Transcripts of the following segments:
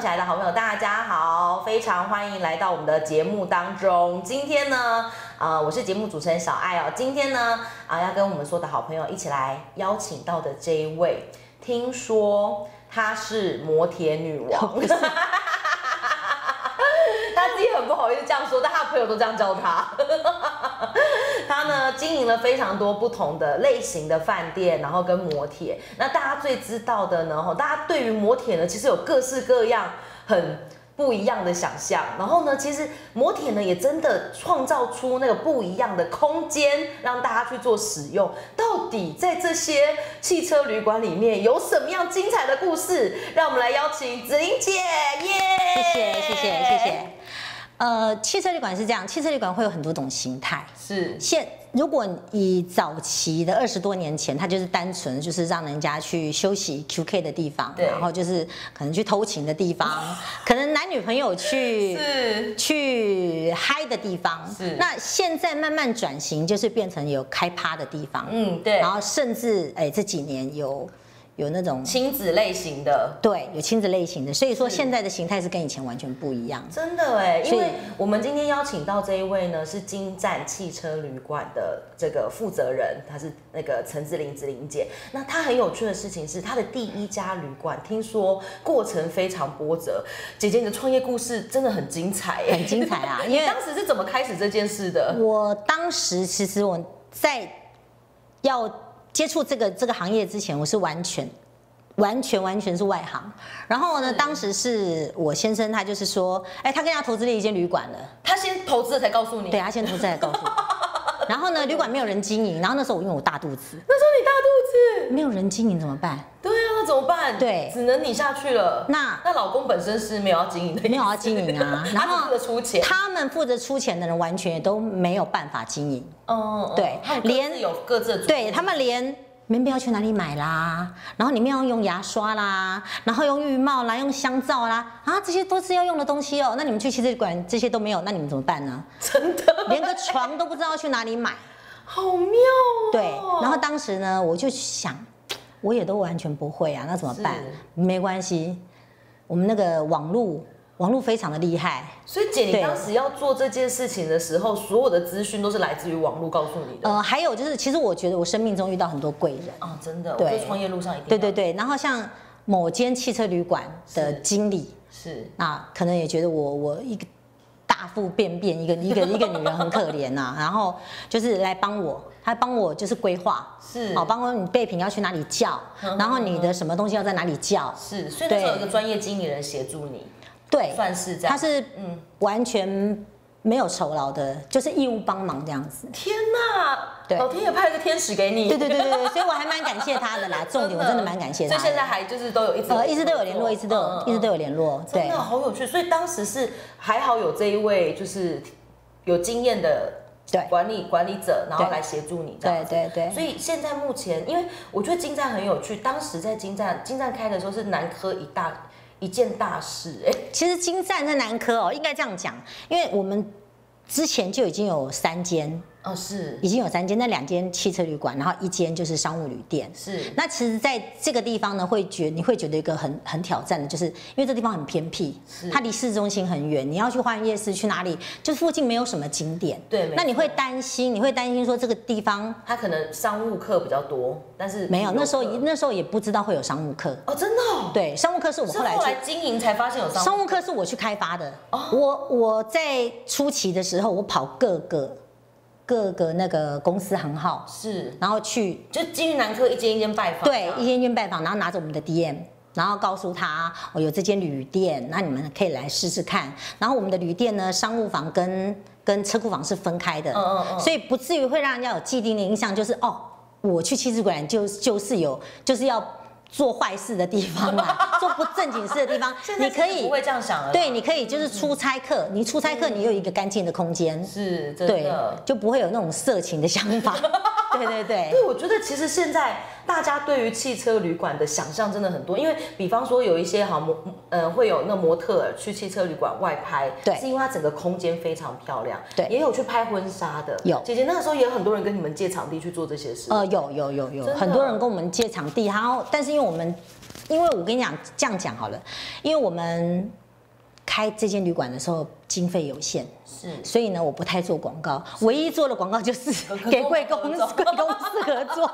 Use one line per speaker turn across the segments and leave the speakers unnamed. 起来的好朋友，大家好，非常欢迎来到我们的节目当中。今天呢，呃，我是节目主持人小爱哦。今天呢，啊、要跟我们所有的好朋友一起来邀请到的这一位，听说她是摩铁女王。他自己很不好意思这样说，但他的朋友都这样叫他。他呢经营了非常多不同的类型的饭店，然后跟摩铁。那大家最知道的呢，吼，大家对于摩铁呢，其实有各式各样很不一样的想象。然后呢，其实摩铁呢也真的创造出那个不一样的空间，让大家去做使用。到底在这些汽车旅馆里面有什么样精彩的故事？让我们来邀请子玲姐，耶！
谢谢谢谢谢谢。呃，汽车旅馆是这样，汽车旅馆会有很多种形态。
是
现如果以早期的二十多年前，它就是单纯就是让人家去休息 QK 的地方，
对
然后就是可能去偷情的 地方，可能男女朋友去
是
去嗨的地方
是。
那现在慢慢转型，就是变成有开趴的地方，
嗯，对，
然后甚至哎这几年有有那种
亲子类型的，
对，有亲子类型的，所以说
是
现在的形态是跟以前完全不一样。
真的哎，因
所以
为我们今天邀请到这一位呢是金站汽车旅馆的这个负责人，她是那个陈志玲子玲姐。那她很有趣的事情是，她的第一家旅馆听说过程非常波折，姐姐你的创业故事真的很精彩哎，
很精彩 啊
你
因为
当时是怎么开始这件事的？
我当时其实我在要接触这个这个行业之前，我是完全。完全完全是外行，然后呢，当时是我先生，他就是说，哎，他跟人家投资了一间旅馆了，
她先投资了才告诉你，
对，他先投资来 告诉我，然后呢，旅馆没有人经营，然后那时候我因为我大肚子，
那时候你大肚子，
没有人经营怎么办？
对啊，那怎么办？
对
只能你下去了。
那
那老公本身是没有要经营的意思，
没有要经营 啊然
他
后
只负责出钱。
他们负责出钱的人完全也都没有办法经营，
哦，
嗯对
他们各自
连
有各自的主
对他们连棉被要去哪里买啦，然后里面要用牙刷啦，然后用浴帽啦，用香皂啦，啊，这些都是要用的东西哦。那你们去汽车馆这些都没有，那你们怎么办呢？
真的
连个床都不知道去哪里买。
好妙哦。
对，然后当时呢，我就想，我也都完全不会啊，那怎么办
是？
没关系，我们那个网络，网络非常的厉害。
所以姐，你
对
当时要做这件事情的时候，所有的资讯都是来自于网络告诉你的。
呃，还有就是，其实我觉得我生命中遇到很多贵人。
啊，真的，我
对
觉得创业路上一定
对
要
对对，然后像某间汽车旅馆的
是
经理，
是
啊，可能也觉得我我一个大腹便便，一个一个一个女人很可怜呐、 然后就是来帮我，他帮我就是规划，
是
哦，帮我你备品要去哪里叫，
嗯
然后你的什么东西要在哪里叫，
是，所以那时候有
对
一个专业经理人协助你，
对，
算是这样。
他是
嗯，
完全没有酬劳的，就是义务帮忙这样 子。
天哪，
对
老天爷派了个天使给你。
对对对对对，所以我还蛮感谢他 的啦。重点我真的蛮感谢
所
他
以
的，
现在还就是都有一直
呃一直都有联络，一直都有、
嗯嗯嗯
一直都有联络，
真
对
的。好有趣。所以当时是还好有这一位就是有经验的
对
管理管理者，然后
对
来协助你这样
对
子。
对对，
所以现在目前，因为我觉得金站很有趣，当时在金站金站开的时候是南科一大一件大事、哎，
其实金站在南科哦，应该这样讲，因为我们之前就已经有三间，
哦是
已经有三间，那两间汽车旅馆，然后一间就是商务旅店。
是
那其实，在这个地方呢，会觉你会觉得一个很很挑战的，就是因为这地方很偏僻
是，
它离市中心很远，你要去花园夜市去哪里？就附近没有什么景点。
对没错
那你会担心，你会担心说这个地方
他可能商务客比较多，但是
没有，那时候
旅游客
那时候也不知道会有商务课。
哦真的、哦，
对，商务课是我
是
后来
后
去
来经营才发现有商务
商务课是我去开发的。
哦
我我在初期的时候，我跑各个各个那个公司行号，
是
然后去
就进入南科一间一间拜访这
对
样，
一间一间拜访，然后拿着我们的 DM。然后告诉他，我、有这间旅店，那你们可以来试试看。然后我们的旅店呢，商务房跟跟车库房是分开的，
嗯嗯嗯
所以不至于会让人家有既定的印象，就是哦，我去妻子馆就就是有就是要做坏事的地 方啦，做不正经事的地方
现，在
你可
其实
以
不会这样想了，
对，你可以就是出差客，你出差客你有一个干净的空间，
是真
对
的，。
就不会有那种色情的想法。 对对对
对，我觉得其实现在大家对于汽车旅馆的想象真的很多，因为比方说有一些好模，呃，会有那模特儿去汽车旅馆外拍，
对
是因为它整个空间非常漂亮，
对
也有去拍婚纱的，
有
姐姐那个时候也有很多人跟你们借场地去做这些事，
呃，有有有有
真，的
很多人跟我们借场地，然后但是因为我们因为我跟你讲这样讲好了，因为我们开这间旅馆的时候经费有限，
是
所以呢，我不太做广告，唯一做的广告就是
跟
给
公
贵
司
公
合
司
作
贵公司合 作，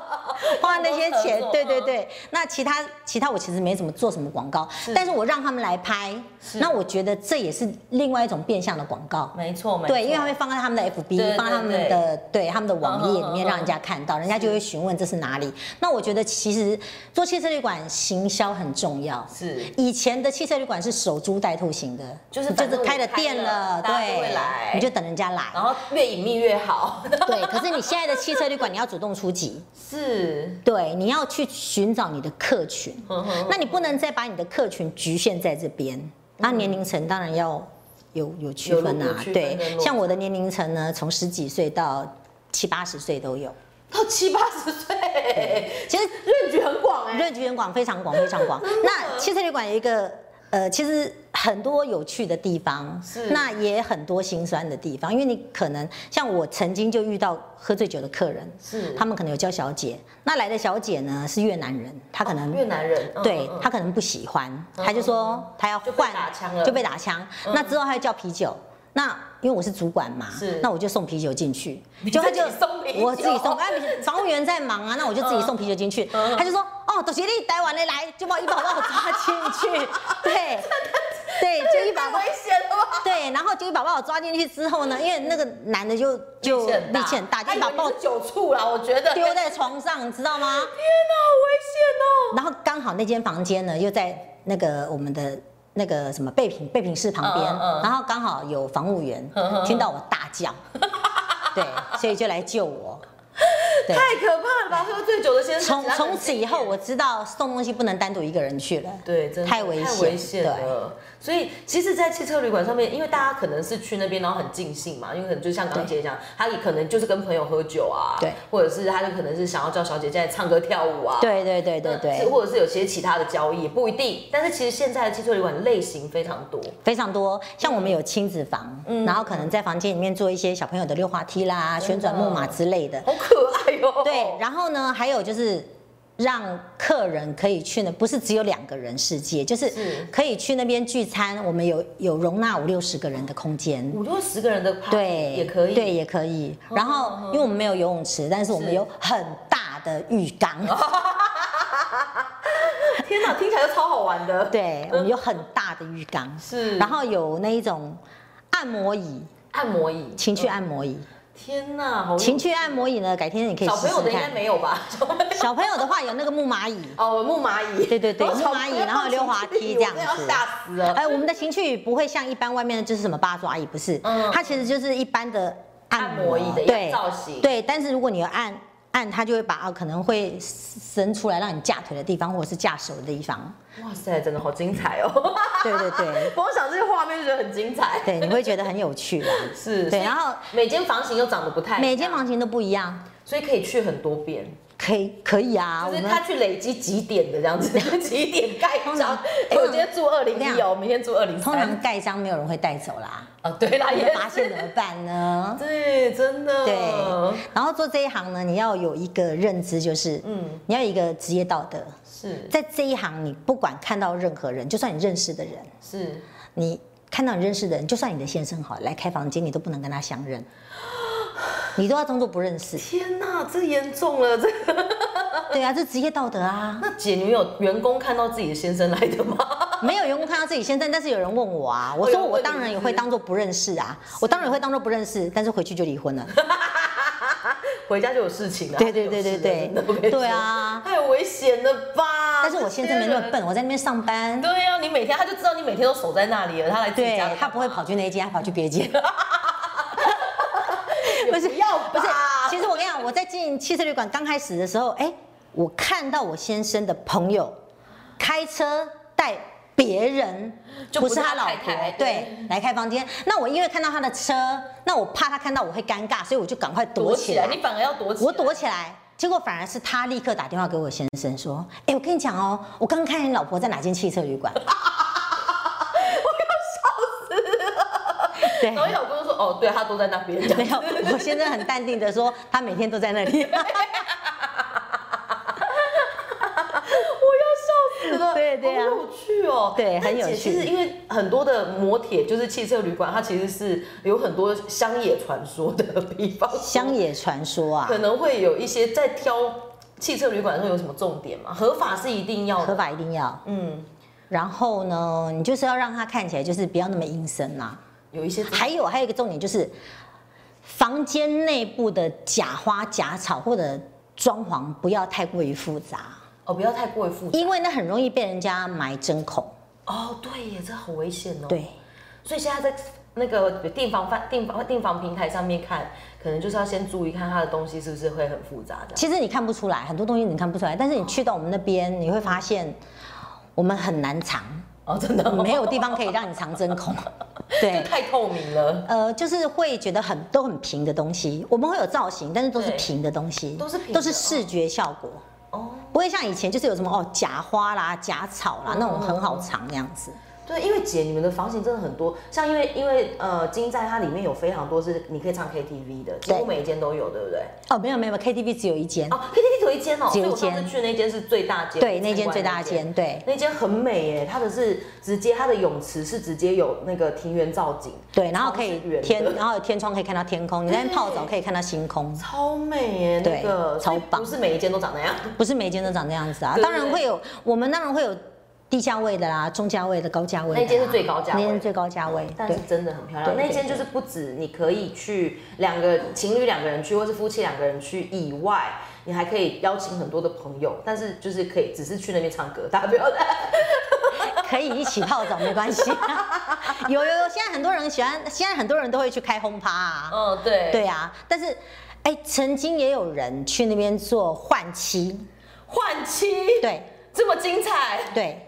花那些钱
合作，
对对
嗯
对。那其他其他我其实没怎么做什么广告，但是我让他们来拍，
是
那我觉得这也是另外一种变相的广告。
没错，没错，
对，因为他会放在他们的
对对
FB，放在他们的对他们的网页里
嗯嗯嗯
面，
嗯
让人家看到，人家就会询问这是哪里。那我觉得其实做汽车旅馆行销很重要。
是
以前的汽车旅馆是守株待兔型的，
就是
就
反
是
正我
开了
开
店
了
了，
大家都
对
会来，
你就等人家 来。
然后越隐秘越好，
对，可是你现在的汽车旅馆，你要主动出击，
是，
对，你要去寻找你的客群，
呵呵
那你不能再把你的客群局限在这边，那年龄层当然要有有区
有
分
有
啊
区，分跟
对，
落
像我的年龄层呢，从十几岁到七八十 岁都有，
到七八十岁，
其实
论据很广哎，
论局很广，非常广，非 常广。那汽车旅馆有一个呃，其实很多有趣的地方，
是
那也很多心酸的地方，因为你可能像我曾经就遇到喝醉酒的客人，
是
他们可能有叫小姐，那来的小姐呢是越南人，她可能、
越南人，嗯
对
嗯嗯嗯
她可能不喜欢，她就说她要
就被
换
打枪了嗯
就被打枪。那之后她就叫啤酒，那因为我是主管嘛
是，
那我就送啤酒进去，
你
就她
自己送啤酒
我自己送，哎，房务员在忙啊，那我就自己送啤酒进去。
嗯
她就说哦，董学弟逮完了来，就把一把把我抓进 去，对对，就一把
太
把
危险了吧？
对，然后就一把把我抓进去之后呢，因为那个男的就就力气很大，就
他
一
以
把
为
把我
你是酒醋啦，我觉得哎
丢在床上，你知道吗？
天哪，
然后刚好那间房间呢，又在那个我们的那个什么备品备品室旁边，
嗯嗯嗯
然后刚好有防务员
嗯嗯嗯
听到我大叫， 对，所以就来救我。对
好危险哦，，太可怕了吧！喝醉酒的先生
从
只要很
从此以后我知道送东西不能单独一个人去了，
对，真的
太危
太
险
危险
对
了。所以其实，在汽车旅馆上面，因为大家可能是去那边，然后很尽兴嘛，因为可能就像刚刚姐讲，他也可能就是跟朋友喝酒啊，
对，
或者是他就可能是想要叫小姐在唱歌跳舞啊，
对对对对
那
对，
或者是有些其他的交易，不一定。但是其实现在的汽车旅馆类型非常多，
非常多。像我们有亲子房，
嗯
然后可能在房间里面做一些小朋友的溜滑梯
真
啦、
的
旋转木马之类的。
好可爱哦哟、
对，，然后呢，还有就是让客人可以去呢，不是只有两个人世界，就是
是
可以去那边聚餐。我们有有容纳五六十个人的空间，
五六十个人的 party
对，
也可以，嗯
对，也可以。然后，因为我们没有游泳池，但是我们
是哦
有很大的浴缸，
天哪，听起来就超好玩的，，
对，我们有很大的浴缸，
嗯是。
然后有那一种按摩椅，
按摩椅，
情趣按摩椅，
天哪，好有
情趣按摩椅呢，改天你可以
哦小
试
朋友
试
的应该
看。
没有 吧？小朋友
小朋友的话有那个木马椅，
哦，木马椅，
对对对
然后小
木马椅
朋友
然后溜滑梯这样子
我真的要吓死了。
哎，我们的情趣不会像一般外面的就是什么八爪椅，不是，
嗯
它其实就是一般的按
按
摩
摩椅的一个
对
造型，，
对，但是如果你有按按，它就会把啊可能会伸出来让你架腿的地方或者是架手的 地方，
哇塞，真的好精彩 哦！
对对对
光想这个画面就觉得很精彩。
对，你会觉得很有趣啦。
是，
对，
所以
然后
每间房型又长得不太一样，
每间房型都不一样，
所以可以去很多遍，
可以可以啊，
就
我
是
们
他去累积几点的这样子，几点盖
通
章
常。
哎我今天住二零
这
一
样
哦，明天住二零
通常
三。
盖章没有人会带走啦，
哦，对啦，也
发现怎么办呢？
对，真的。
对，然后做这一行呢，你要有一个认知，就是
嗯，
你要有一个职业道德。
是
在这一行，你不管看到任何人，就算你认识的人，
是，
你看到你认识的人，就算你的先生好来开房间，你都不能跟他 相认，你都要装作不认识。
天哪，这严重了，这
对啊，这职业道德啊。
那姐，你们有员工看到自己的先生来的吗？
没有员工看到自己先生，但是有人问我啊，我
有人
说我
问
当然
你
也
是
会当做不认识啊，我当然也会当做不认识，但是回去就离婚了。
回家就有事情了。
对对对对
有事了真的我跟你
对，
说
对啊。
太危险了吧？
但是我先生没那么
这些人。
笨，我在那边 上班，
对呀、你每天他就知道你每天都守在那里了，他来自己
对
家的，
他不会跑去那一间，他跑去别间。
也不是要吧
不是， 其实我跟你讲，我在经营汽车旅馆刚开始的时候，哎，我看到我先生的朋友开车带别人，
就
不
不
是
是
他
他
老
太
婆
太，
对，来开房间。那我因为看到他的车，那我怕他看到我会尴尬，所以我就赶快躲
躲
起
起
来
来，。你反而要躲起来。
我躲起来，结果反而是他立刻打电话给我先生说：“哎，我跟你讲哦，我刚看你老婆在哪间汽车 旅馆。”我要笑死
然后你老公就说：“哦，对，他都在那边。”
对，没有，我先生很淡定的说，他每天都在那里。
我要笑死了。
对对啊
好有趣哦，
对
那
很有
姐其
趣
实因为很多的摩铁就是汽车旅馆，它其实是有很多乡野传说的地方，
乡野传说啊
可，能会有一些在挑汽车旅馆的时候有什么重点吗？合法是一定要
合
的，
法一定要。
嗯，
然后呢，你就是要让它看起来就是不要那么阴森啦、啊
有一些
还有还有一个重点就是，房间内部的假花假草或者装潢不要太过于复杂，
哦，不要太过于复杂
因为那很容易被人家埋针孔。
哦，对耶，这好危险哦，
对，
所以现在在那个订房饭订房订房平台上面看，可能就是要先注意看它的东西是不是会很复杂这样。
其实你看不出来，很多东西你看不出来，但是你去到我们那边，你会发现我们很难藏，
哦，真的哦、
没有地方可以让你藏针孔。对，
太透明了，
呃，就是会觉得很都很平的东西，我们会有造型，但是都是
对
平的东西，
都是平的
都是视觉效果。
哦。
不会像以前就是有什么哦假花啦、假草啦
嗯
那种很好藏那样子。
对，因为姐，你们的房型真的很多，像因为因为呃，金在它里面有非常多是你可以唱 KTV 的，几乎
对
每一间都有，对不对？
哦，没有没有，KTV 只有一间，
哦，KTV 只有一间哦，
只有一间
所以我上次去那间是最大间，
对，
参观
那间最大间，，对
那间很美耶，它的是直接它的泳池是直接有那个庭园造景，
对，然后可
超是圆
以
的
天，然后有天窗可以看到天空，你在那边泡澡可以看到星空。
超美耶，那
对
个
超
所以
棒
不是每一间都长那样，
不是每间都长这样子啊，
对对
当然会有，我们当然会有低价位的啦、中价位的、高价位的啦。
那间是最高价位
那间是最高价位。
但
对
是真的很漂亮。
对
那间就是不止你可以去两个情侣两个人去，或是夫妻两个人去以外，你还可以邀请很多的朋友，但是就是可以只是去那边唱歌，大家不要再
可以一起泡澡没 关系。有有有，现在很多人喜欢，现在很多人都会去开轰趴啊。
嗯对
对啊，但是哎，曾经也有人去那边做换妻，
换妻
对
这么精彩，
对，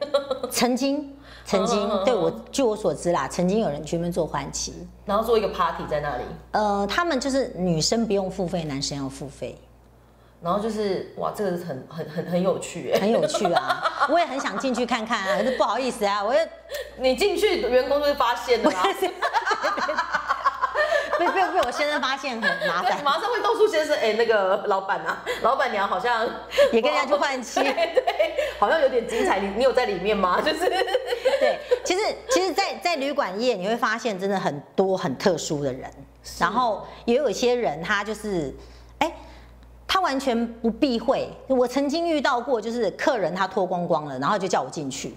曾 经曾经
嗯嗯嗯
对我据我所知啦，曾经有人去那边做换妻，
然后做一个 party 在那里，
呃，他们就是女生不用付费，男生要付费，
然后就是哇，这个是很很很很有趣哎。
很有趣 啊，我也很想进去看看啊，可是不好意思啊，我又
你进去员工就会发现的啦，
被被被我先生发现很 麻
对，
烦，
马上会告诉先生，哎、那个老板啊， 老板娘好像
也跟人家去换 妻。
对对，好像有点精彩，你你有在里面吗？ 就是。
对，其实其实在，在旅馆业，你会发现真的很多很特殊的人，然后也有一些人他就是，哎，他完全不避讳。我曾经遇到过，就是客人他脱光光了，然后就叫我进去。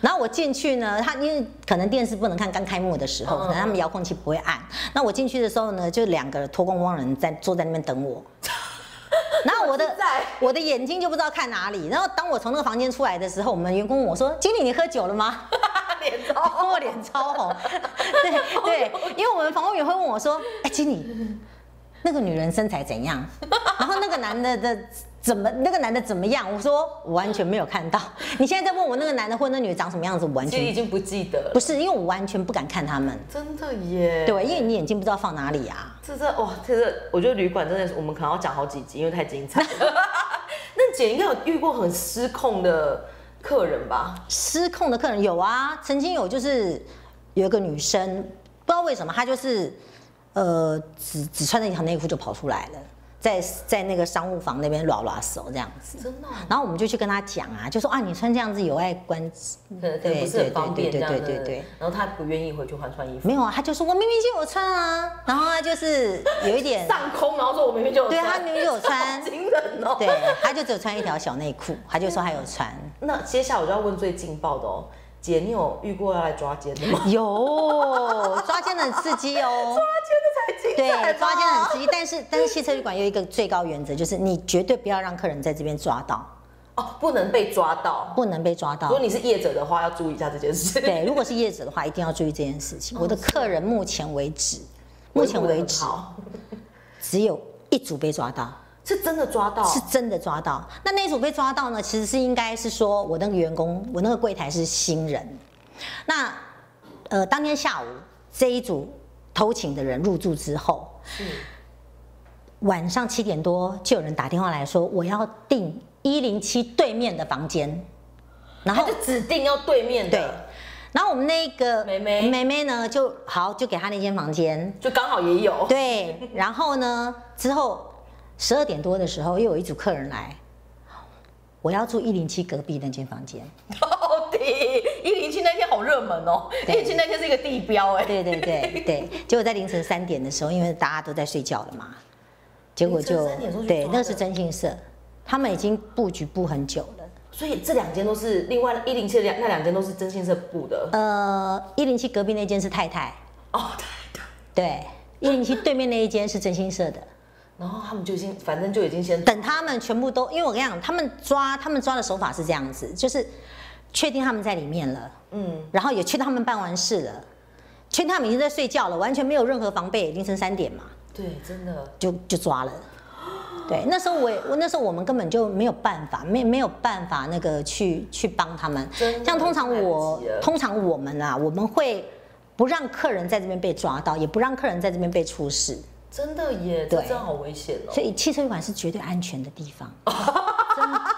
然后我进去呢，他因为可能电视不能看，刚开幕的时候，可能
嗯
他们遥控器不会按。那我进去的时候呢，就两个脱光光的人在坐在那边等 我。然后我的
自在
我的眼睛就不知道看哪里。然后当我从那个房间出来的时候，我们员工问我说：“经理，你喝酒了吗？”
脸超
哦，我脸超红。对对，因为我们房务员会问我说：“哎，经理，那个女人身材怎样？ 然后那个男的的怎么？那个男的怎么样？”我说：“我完全没有看到。 你现在在问我那个男的或那女的长什么样子，我完
其实已
全
经不记得了
不，是，因为我完全不敢看他们。
真的耶。，
对，因为你眼睛不知道放哪里啊。
这这哇，这个我觉得旅馆真的是我们可能要讲好几集，因为太精彩了。 那姐应该有遇过很失控的客人吧？
失控的客人有啊，曾经有就是有一个女生，不知道为什么她就是呃只只穿着一条内裤就跑出来了，在在那个商务房那边拉拉手这样子。
真的哦、
然后我们就去跟他讲啊，就说啊，你穿这样子有碍观止。
可能可能不是
对
很方便这
对对
样
对
子。
对对对
然后他不愿意回去换穿衣服，
没有啊，他就说我明明就有穿啊，然后他就是有一 点，
上空，然后说我明明就有
对
穿，
他明明就有穿
好，惊人哦。
对，他就只有穿一条小内裤，他就说他有穿。
那接下来我就要问最劲爆的哦，姐，你有遇过要来抓奸的吗？
有抓奸的很刺激哦，
抓奸的才精
对
彩，吧，
抓奸的很刺激。但是但是汽车旅馆有一个最高原则，就是你绝对不要让客人在这边抓到，
哦，不能被抓到。
哦不能被抓
如果
到。
你是业者的话，要注意一下这件事。
对，如果是业者的话，一定要注意这件事情。我的客人目前为止，目
维护
前
得
为
很
止
好
只有一组被抓到。
是真的抓到，
是真的抓到。那那一组被抓到呢，其实是应该是说我那个员工，我那个柜台是新人。那呃，当天下午这一组偷情的人入住之后，晚上七点多就有人打电话来说我要订一零七对面的房间，然
他
后
就指定要对面
对
啊的，，
然后我们那个
妹妹
妹妹呢就好就给她那间房间，
就刚好也有。
对，然后呢，之后十二点多的时候又有一组客人来，我要住一零七隔壁那间房间。
到底一零七那天好热门哦，一
对
零七那天是一个地标哎、
对对对对， 结果在凌晨三点的时候，因为大家都在睡觉了嘛，结果
凌
就
晨3点的时候去
对，
抓
那
的
个是真心社，他们已经布局布很久了。
所以这两间都是另外一零七两那两间都是真心社布的
呃，一零七隔壁那间是太太，
哦，对对。
对，一零七对面那一间是真心社的。
然后他们就已经反正就已经先
等他们全部都，因为我跟你讲，他们抓他们抓的手法是这样子，就是确定他们在里面了，
嗯，
然后也确定他们办完事了，确定他们已经在睡觉了，完全没有任何防备，凌晨三点嘛，
对，真的
就就抓了。对，那时候我也，我那时候我们根本就没有办法，没没有办法那个去去帮他们
真的。
像通常我
太急了
通常我们啊，我们会不让客人在这边被抓到，也不让客人在这边被出事，
真的耶，这
对
真的好危险哦。
所以汽车旅馆是绝对安全的地方， 真的。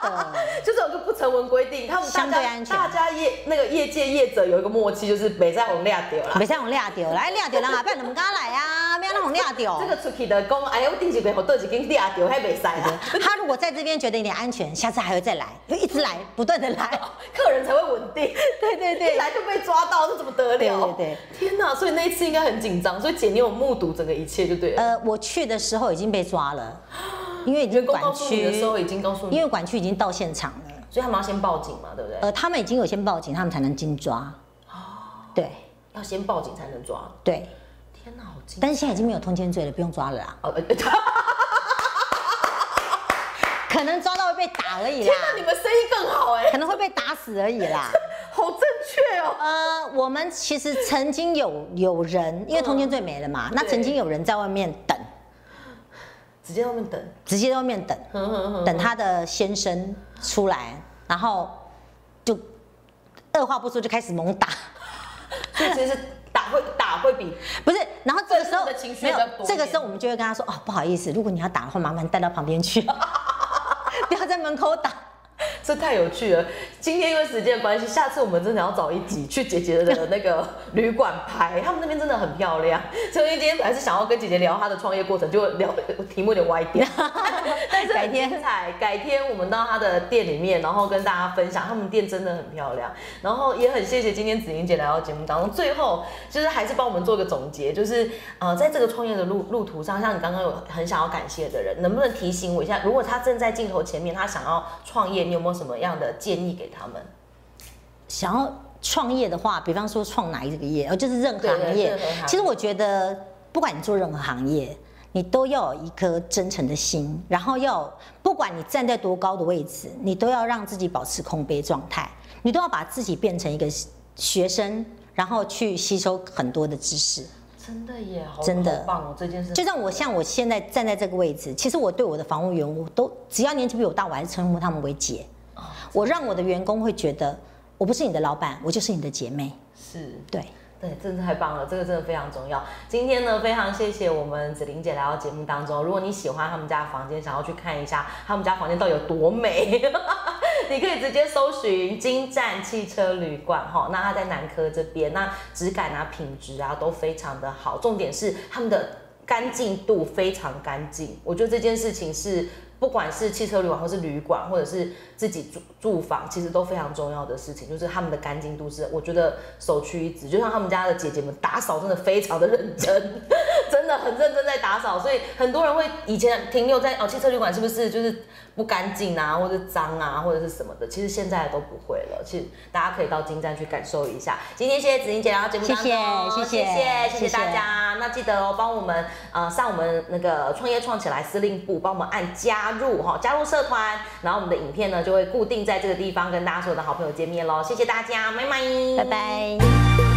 就这有个不成文规定，他们大
相对
家
安全
大家业那个业界业者有一个默契，就是北上红俩丢啦。
袂使用掠到，来掠到人啊，不然就唔敢来啊，不要让我掠到
这。个出去的讲，哎呀，我顶一回我倒一间俩丢，还没塞啦，
他如果在这边觉得有点安全，下次还会再来，就一直来，不断的 来。
客人才会稳定。
对对
一
对，
来就被抓到，这怎么得了？
对对对，
天哪！所以那一次应该很紧张，所以姐你有目睹整个一切就对了。
呃，我去的时候已经被抓了，因为已经
员工
管
告诉你
区
的，时候已经告诉你，
因为管区已经到现场了，
所以他们要先报警嘛，对不对？
呃，他们已经有先报警，他们才能进抓。
哦
对
要先报警才能抓。
对，
天哪，好惊！
但是现在已经没有通奸罪了，不用抓了啦，
哦，呃呃 天哪，
可能抓到会被打而已啦，
你们生意更好哎，
可能会被打死而已 啦。
好正确哦。
呃，我们其实曾经有有人，因为通奸罪没了嘛，那
对
曾经有人在外面等，
直接在外面等，
直接在外面等，
哼哼哼
等他的先生出来，然后就二话不说就开始猛打，
所以其实是打会打会比
不是，然后这个时候
愤怒的情绪
没有
在勃，
这个
起
时候我们就会跟他说，哦，不好意思，如果你要打的话，麻烦带到旁边去，不要在门口打。
这太有趣了。今天因为时间关系，下次我们真的要找一集去姐姐的那个旅馆拍，他们那边真的很漂亮。所以今天本来是想要跟姐姐聊她的创业过程，就聊题目有点歪掉， 但是很精彩。改天我们到她的店里面，然后跟大家分享，他们店真的很漂亮。然后也很谢谢今天子英姐来到节目当中。最后就是还是帮我们做个总结，就是呃，在这个创业的路路途上，像你刚刚有很想要感谢的人，能不能提醒我一下？如果他正在镜头前面，他想要创业，你有没有什么样的建议给他们？
想要创业的话，比方说创哪一个业，哦，就是任何
对
行
对
业
任何行。业
其实我觉得，不管你做任何行业，你都要有一颗真诚的心，然后要不管你站在多高的位置，你都要让自己保持空杯状态，你都要把自己变成一个学生，然后去吸收很多的知识。
真的耶，好
真的
好棒哦，这件事
就像我像我现在站在这个位置，其实我对我的房务员，我都只要年纪比我大，我还是称呼他们为姐。
哦
我让我的员工会觉得，我不是你的老板，我就是你的姐妹。
是。
对。
对，真的太棒了，这个真的非常重要。今天呢，非常谢谢我们子玲姐来到节目当中。如果你喜欢他们家的房间，想要去看一下他们家房间到底有多美，你可以直接搜寻金站汽车旅馆哈。那它在南科这边，那质感啊、品质啊都非常的好，重点是他们的干净度非常干净。我觉得这件事情是。不管是汽车旅馆，或是旅馆，或者是自己住住房，其实都非常重要的事情，就是他们的干净度是我觉得首屈一指。就像他们家的姐姐们打扫真的非常的认真，真的很认真在打扫，所以很多人会以前停留在哦汽车旅馆是不是就是不干净啊，或者脏啊，或者是什么的，其实现在都不会了。其实大家可以到金站去感受一下。今天谢谢子英姐来到节目当中，
谢谢谢谢
谢谢谢谢大
谢
家
谢。
啊，那记得哦，帮我们呃上我们那个创业创起来司令部，帮我们按加入哈、加入社团，然后我们的影片呢就会固定在这个地方跟大家所有的好朋友见面喽，谢谢大家，拜拜，
拜拜。